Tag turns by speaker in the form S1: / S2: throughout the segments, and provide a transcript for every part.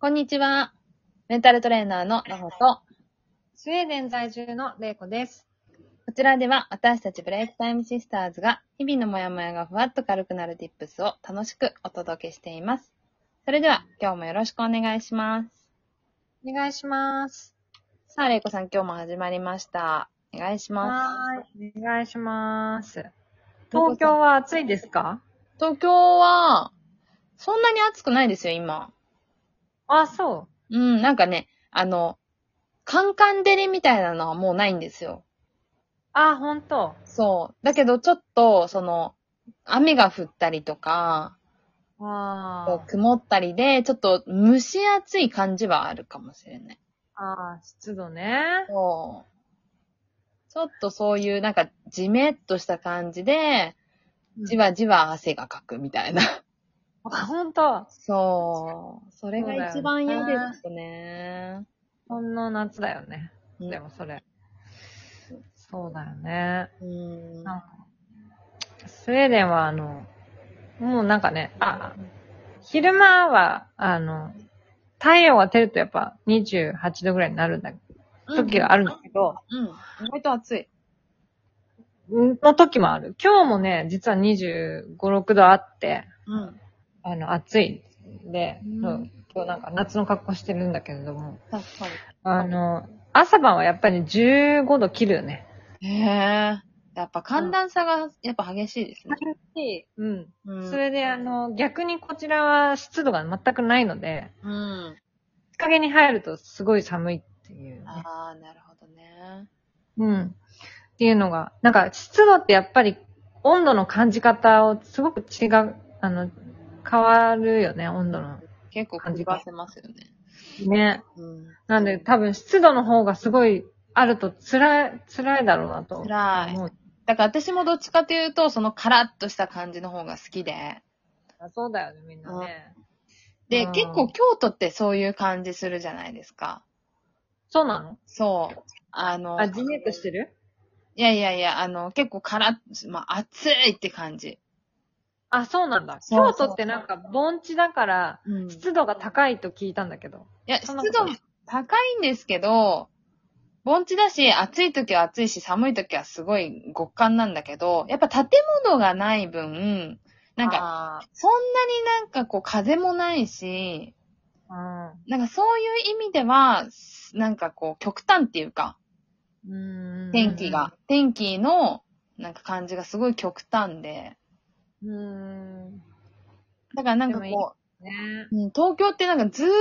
S1: こんにちは。メンタルトレーナーののほと、
S2: スウェーデン在住のレイコです。
S1: こちらでは私たちブレイクタイムシスターズが日々のモヤモヤがふわっと軽くなる Tips を楽しくお届けしています。それでは今日もよろしくお願いします。
S2: お願いします。
S1: さあ、れいこさん今日も始まりました。お願いします。
S2: はーい。お願いします。
S1: 東
S2: 東
S1: 京
S2: 京は暑いですか
S1: 東京は、そんなに暑くないですよ、今。
S2: あ、そ
S1: うん、なんかね、あの、カンカン照りみたいなのはもうないんですよ。
S2: う。あ、ほんと。
S1: そう。だけど、ちょっと、その、雨が降ったりとか、こ
S2: あ
S1: う曇ったりで、ちょっと蒸し暑い感じはあるかもしれない。
S2: あ。ああ、湿度ね。
S1: そう。ちょっとそういう、なんか、じめっとした感じで、じわじわ汗がかくみたいな。
S2: あ、ほんと。
S1: そう。それが一番嫌で
S2: そうだよ
S1: すね。
S2: ほんの夏だよね。
S1: うん
S2: でもそれ。そうだよね。
S1: うん。
S2: なんか、スウェーデンはあの、もうなんかね、あ、昼間は、あの、太陽が照るとやっぱ28度ぐらいになるんだ時があるんだけど、
S1: うん。意外と暑い。
S2: の時もある。今日もね、実は25、6度あって、
S1: うん。
S2: あの、暑いんで、
S1: うん
S2: そう今日なんか夏の格好してるんだけれども、
S1: 確か
S2: あの、朝晩はやっぱり15度切るよね。
S1: に。へえ。やっぱ寒暖差が、やっぱ激しいですね。
S2: うん。
S1: うん
S2: それで、あの、逆にこちらは湿度が全くないので、
S1: うん。
S2: 日陰に入るとすごい寒いっていう、ね。
S1: ああ、なるほどね。
S2: うん。っていうのが、なんか湿度ってやっぱり温度の感じ方をすごく違う、あの、変わるよね、温度の。
S1: 結構感じがせますよね。
S2: ね。
S1: うん。
S2: なんで多分湿度の方がすごいあると辛い、辛いだろうなと。
S1: 辛い
S2: 思う。
S1: だから私もどっちかというと、そのカラッとした感じの方が好きで。
S2: あそうだよね、みんなね。
S1: で、
S2: うん
S1: 結構京都ってそういう感じするじゃないですか。
S2: そうなの
S1: そう。あの、
S2: あ、ジネッとしてる
S1: いやいやいや、あの、結構カラッ、まあ、暑いって感じ。
S2: あ、そうなんだ。
S1: そう
S2: 京
S1: そう
S2: 都ってなんか盆地だから、
S1: うん。い
S2: 湿度が高いと聞いたんだけど。
S1: や、湿
S2: そん
S1: 度
S2: なことない
S1: 高いんですけど、盆地だし、暑い時は暑いし、寒い時はすごい極寒なんだけど、やっぱ建物がない分、なんか、
S2: か、
S1: そんなになんかこう風もないし、
S2: う
S1: なんかそういう意味では、すなんかこう極端っていうか、
S2: ん。
S1: 天気が、天気のなんか感じがすごい極端で、
S2: うーん。
S1: だからなんか
S2: でも
S1: こ
S2: ね
S1: う、うん東京ってなんかずーっ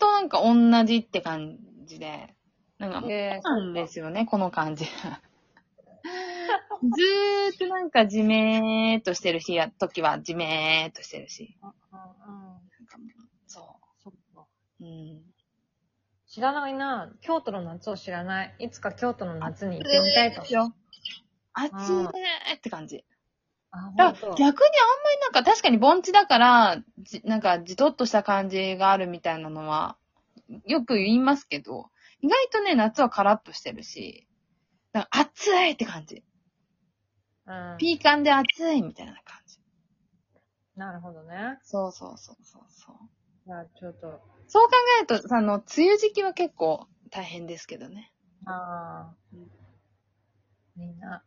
S1: となんか同じって感じで、なんか、
S2: えー
S1: なんですよね、この感じ。ず ーっとなんかじめーっとしてる日や、時はじめーっとしてるし。
S2: うんうん
S1: そ
S2: そっか
S1: う。うん。
S2: 知らないな。京都の夏を知らない。いつか京都の夏に行ってみたいと。
S1: 暑いねーって感じ。
S2: あ
S1: だから
S2: ほ
S1: 逆
S2: んと
S1: にあんまりなんか確かに盆地だから、じなんかじとっとした感じがあるみたいなのは、よく言いますけど、意外とね、夏はカラッとしてるし、なんか暑いって感じ。
S2: うん
S1: ピーカンで暑いみたいな感じ。
S2: なるほどね。
S1: そうそうそうそうそう。
S2: じゃあ、ちょっと、
S1: そう考えると、あの、梅雨時期は結構大変ですけどね。
S2: ああ
S1: うん、
S2: みんな、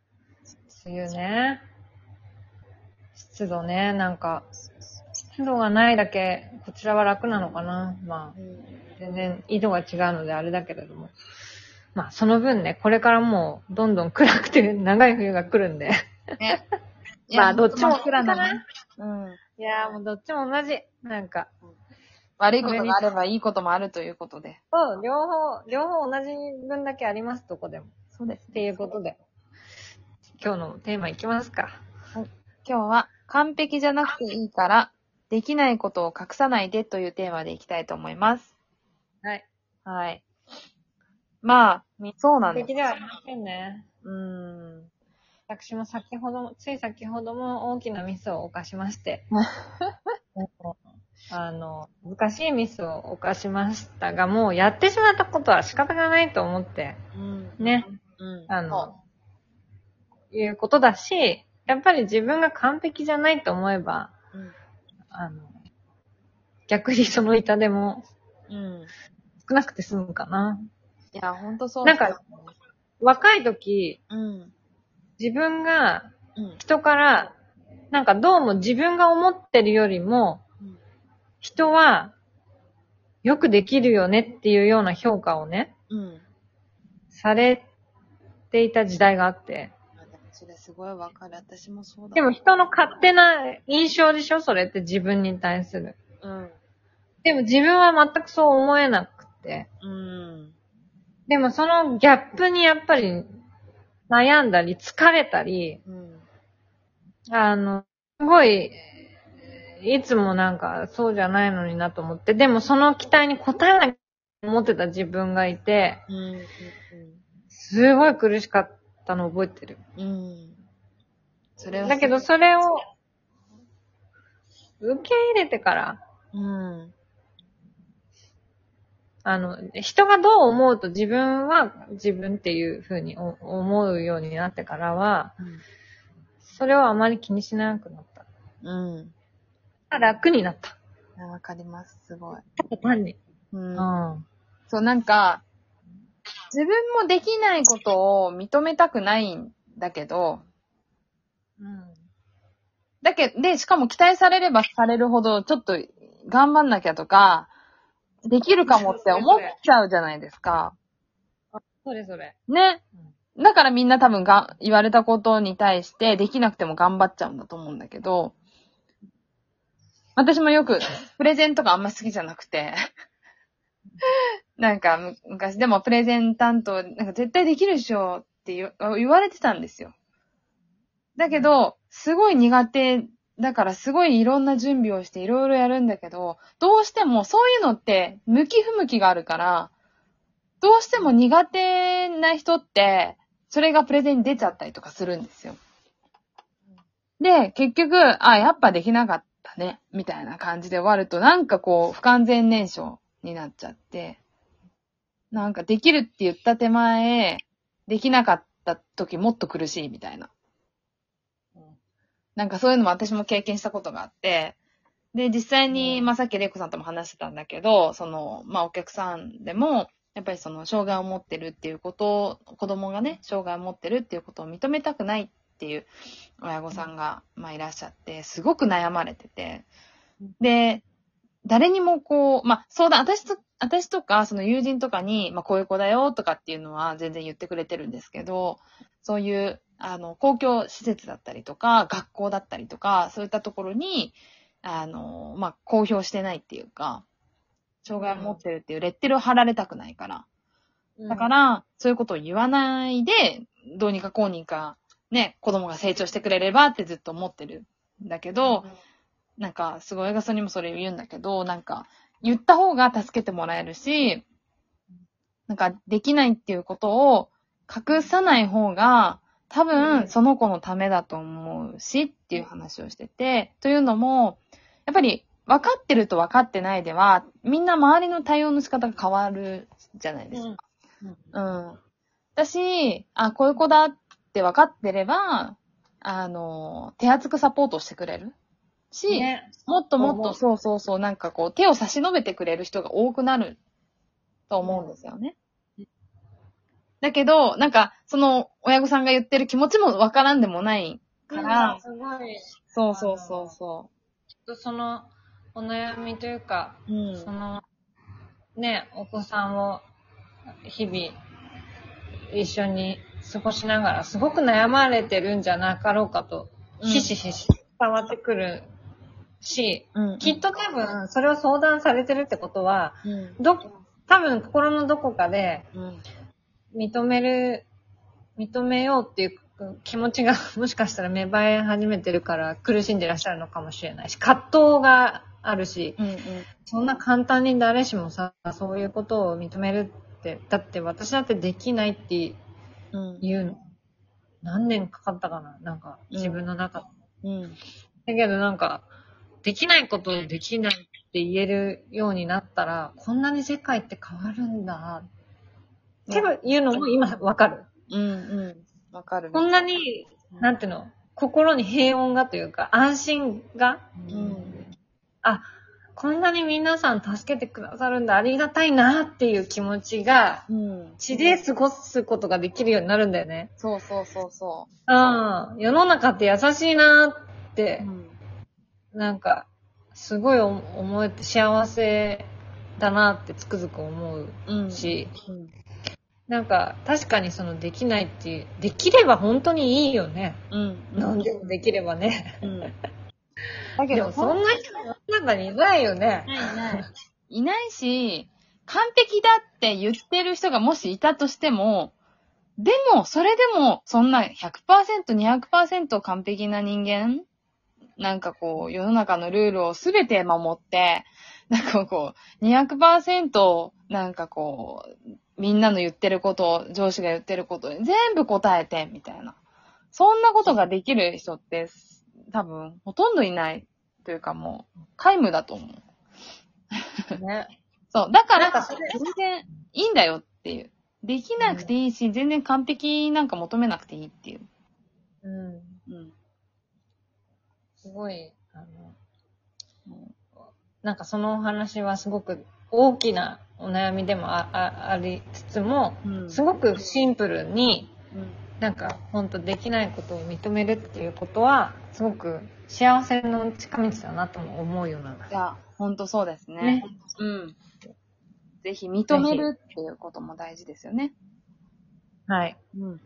S2: 梅雨ね。湿度ね、なんか、湿度がないだけ、こちらは楽なのかな。まあ、全然、緯度が違うのであれだけれども。まあ、その分ね、これからもう、どんどん暗くて、長い冬が来るんで。。
S1: ね
S2: まあ、どっちも
S1: 真暗なね。うん。
S2: いやーもうどっちも同じ。なんか、
S1: 悪いことがあればいいこともあるということで。
S2: そう、両方、両方同じ分だけあります、どこでも。
S1: そうです
S2: っ。ていうことで。今日のテーマいきますか。
S1: 今日は完璧じゃなくていいから、できないことを隠さないでというテーマでいきたいと思います。
S2: はい。
S1: はい。まあ、そうなん
S2: 完
S1: です
S2: 璧。ではありませんね。
S1: うーん。
S2: 私も先ほども、つい先ほども大きなミスを犯しまして。あの、難しいミスを犯しましたが、もうやってしまったことは仕方がないと思って、
S1: うん。
S2: ね、
S1: うん。
S2: あの、いうことだし、やっぱり自分が完璧じゃないと思えば、
S1: そう、うん
S2: あの、逆にその痛手も
S1: うん。
S2: 少なくて済むかな。
S1: いや、ほんとそう。
S2: なんか、若い時、
S1: うん。
S2: 自分が
S1: うん。
S2: 人から、なんかどうも自分が思ってるよりも
S1: うん、
S2: 人は、よくできるよねっていうような評価をね、
S1: うん。
S2: されていた時代があって。
S1: あでもそれすごいわかる。私もそうだ。
S2: でも、人の勝手な印象でしょそれって自分に対する。
S1: うん。
S2: でも自分は全くそう思えなくて。
S1: うん。
S2: でもそのギャップにやっぱり悩んだり疲れたり、
S1: うん。
S2: あの、すごい、いつもなんかそうじゃないのになと思って、でもその期待に応えなきゃと思ってた自分がいて、
S1: うん。
S2: すごい苦しかったの覚えてる。
S1: うん。うん。それは、
S2: だけど、それを受け入れてから、
S1: うん。
S2: あの、人がどう思うと自分は自分っていう風にお思うようになってからは、それをあまり気にしなくなった。
S1: うん。
S2: 楽になった。
S1: いやわかります。すごい。
S2: ただ単に。
S1: うん
S2: うん。
S1: そう、なんか、自分もできないことを認めたくないんだけど、
S2: うん。
S1: だけど、で、しかも期待されればされるほど、ちょっと頑張んなきゃとか、できるかもって思っちゃうじゃないですか。
S2: それぞれ。
S1: ね。だからみんな多分が、言われたことに対して、できなくても頑張っちゃうんだと思うんだけど、私もよく、プレゼントがあんま好きじゃなくて、なんか、む昔、でもプレゼン担当、なんか絶対できるでしょって言わ言われてたんですよ。だけど、すごい苦手だから、すごいいろんな準備をしていろいろやるんだけど、どうしてもそういうのって、向き不向きがあるから、どうしても苦手な人って、それがプレゼンに出ちゃったりとかするんですよ。で、結局、あ、やっぱできなかったね、みたいな感じで終わると、なんかこう、不完全燃焼になっちゃって、なんかできるって言った手前、できなかった時もっと苦しいみたいな。なんかそういうのも私も経験したことがあって、で、実際に、
S2: うん
S1: まあ、さっきレイコさんとも話してたんだけど、その、まあ、お客さんでも、やっぱりその、障害を持ってるっていうことを、子供がね、障害を持ってるっていうことを認めたくないっていう親御さんが、まあ、いらっしゃって、すごく悩まれてて
S2: うん、
S1: で、誰にもこう、まあ、相談、私と、私とか、その友人とかに、まあ、こういう子だよとかっていうのは全然言ってくれてるんですけど、そういう、あの、公共施設だったりとか、学校だったりとか、そういったところに、あの、まあ、公表してないっていうか、障害を持ってるっていうレッテルを貼られたくないから、だか、ら、そういうことを言わないで、どうにかこうにか、ね、子供が成長してくれればってずっと思ってるんだけど、なんか、すごい映画さんにもそれ言うんだけど、なんか、言った方が助けてもらえるし、なんか、できないっていうことを隠さない方が、多
S2: うん
S1: 分、その子のためだと思うし、っていう話をしてて、というのも、やっぱり、分かってると分かってないでは、みんな周りの対応の仕方が変わるじゃないですか。うん。私、あ、こういう子だって分かってれば、あの、手厚くサポートしてくれるし、
S2: ね。
S1: もっともっ
S2: 思う
S1: と、そうそうそう、なんかこう、手を差し伸べてくれる人が多くなると思うんですよね。だけど、なんか、その、親御さんが言ってる気持ちもわからんでもないから、
S2: すごい、
S1: そうそうそうそ
S2: その、お悩みというか、
S1: う。うん。
S2: その、ね、お子さんを、日々、一緒に過ごしながら、すごく悩まれてるんじゃなかろうかと、
S1: うん
S2: ひしひし伝わってくるし、
S1: うん。
S2: きっと多分、それを相談されてるってことは、
S1: うん。
S2: ど、多分心のどこかで、
S1: うん。
S2: 認める、認めようっていう気持ちが もしかしたら芽生え始めてるから苦しんでいらっしゃるのかもしれないし、葛藤があるし、
S1: うん。
S2: そんな簡単に誰しもさ、そういうことを認めるって、だって私だってできないって
S1: うん。
S2: いうの、何年かかったかななんか
S1: うん
S2: 自分の中で。
S1: うん。
S2: だけどなんか、できないことをできないって言えるようになったら、こんなに世界って変わるんだ。っていうのも今わかる。
S1: うん。うん。わかる。
S2: こんなに、なんていうの、心に平穏がというか、安心が、
S1: うん。
S2: あ、こんなに皆さん助けてくださるんだ、ありがたいなっていう気持ちが、
S1: うん。
S2: 血で過ごすことができるようになるんだよね。
S1: そうそうそうそ
S2: うん。世の中って優しいなっ
S1: う。
S2: て
S1: う、ん。
S2: なんか、すごい思思えて幸せだなってつくづく思
S1: うん。
S2: うし、
S1: うん。
S2: なんか、確かにそのできないっていう、できれば本当にいいよね。
S1: うん。
S2: 何でもできればね。
S1: うん。だけ
S2: でも
S1: ど、
S2: そんな人世の中にいないよね。
S1: ないいない。いないし、完璧だって言ってる人がもしいたとしても、でも、それでも、そんな100%、200%完璧な人間なんかこう、世の中のルールをすべて守って、なんかこう、200%なんかこう、みんなの言ってることを、上司が言ってることに全部答えて、みたいな。そんなことができる人って、多分、ほとんどいない。というかもう、皆無だと思う。
S2: ね。
S1: そう。だか
S2: な
S1: ら、
S2: んかそれ
S1: 全然いいんだよっていう。できなくていいし、全然完璧なんか求めなくていいっていう。
S2: うん。
S1: うん。
S2: すごい、あの
S1: うん、
S2: なんかそのお話はすごく大きなお悩みでもああありつつも、
S1: うん
S2: すごくシンプルに、
S1: うん。
S2: なんか本当できないことを認めるっていうことは、すごく幸せの近道だなとも思うような。
S1: いや、ほんとそうですね。
S2: ね
S1: うん。ぜひ認めるっていうことも大事ですよね。
S2: はい。
S1: うん。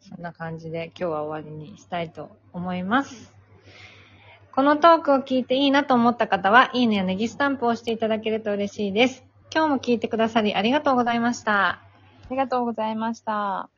S2: そんな感じで今日は終わりにしたいと思います。このトークを聞いていいなと思った方は、いいねやネギスタンプを押していただけると嬉しいです。今日も聞いてくださりありがとうございました。
S1: ありがとうございました。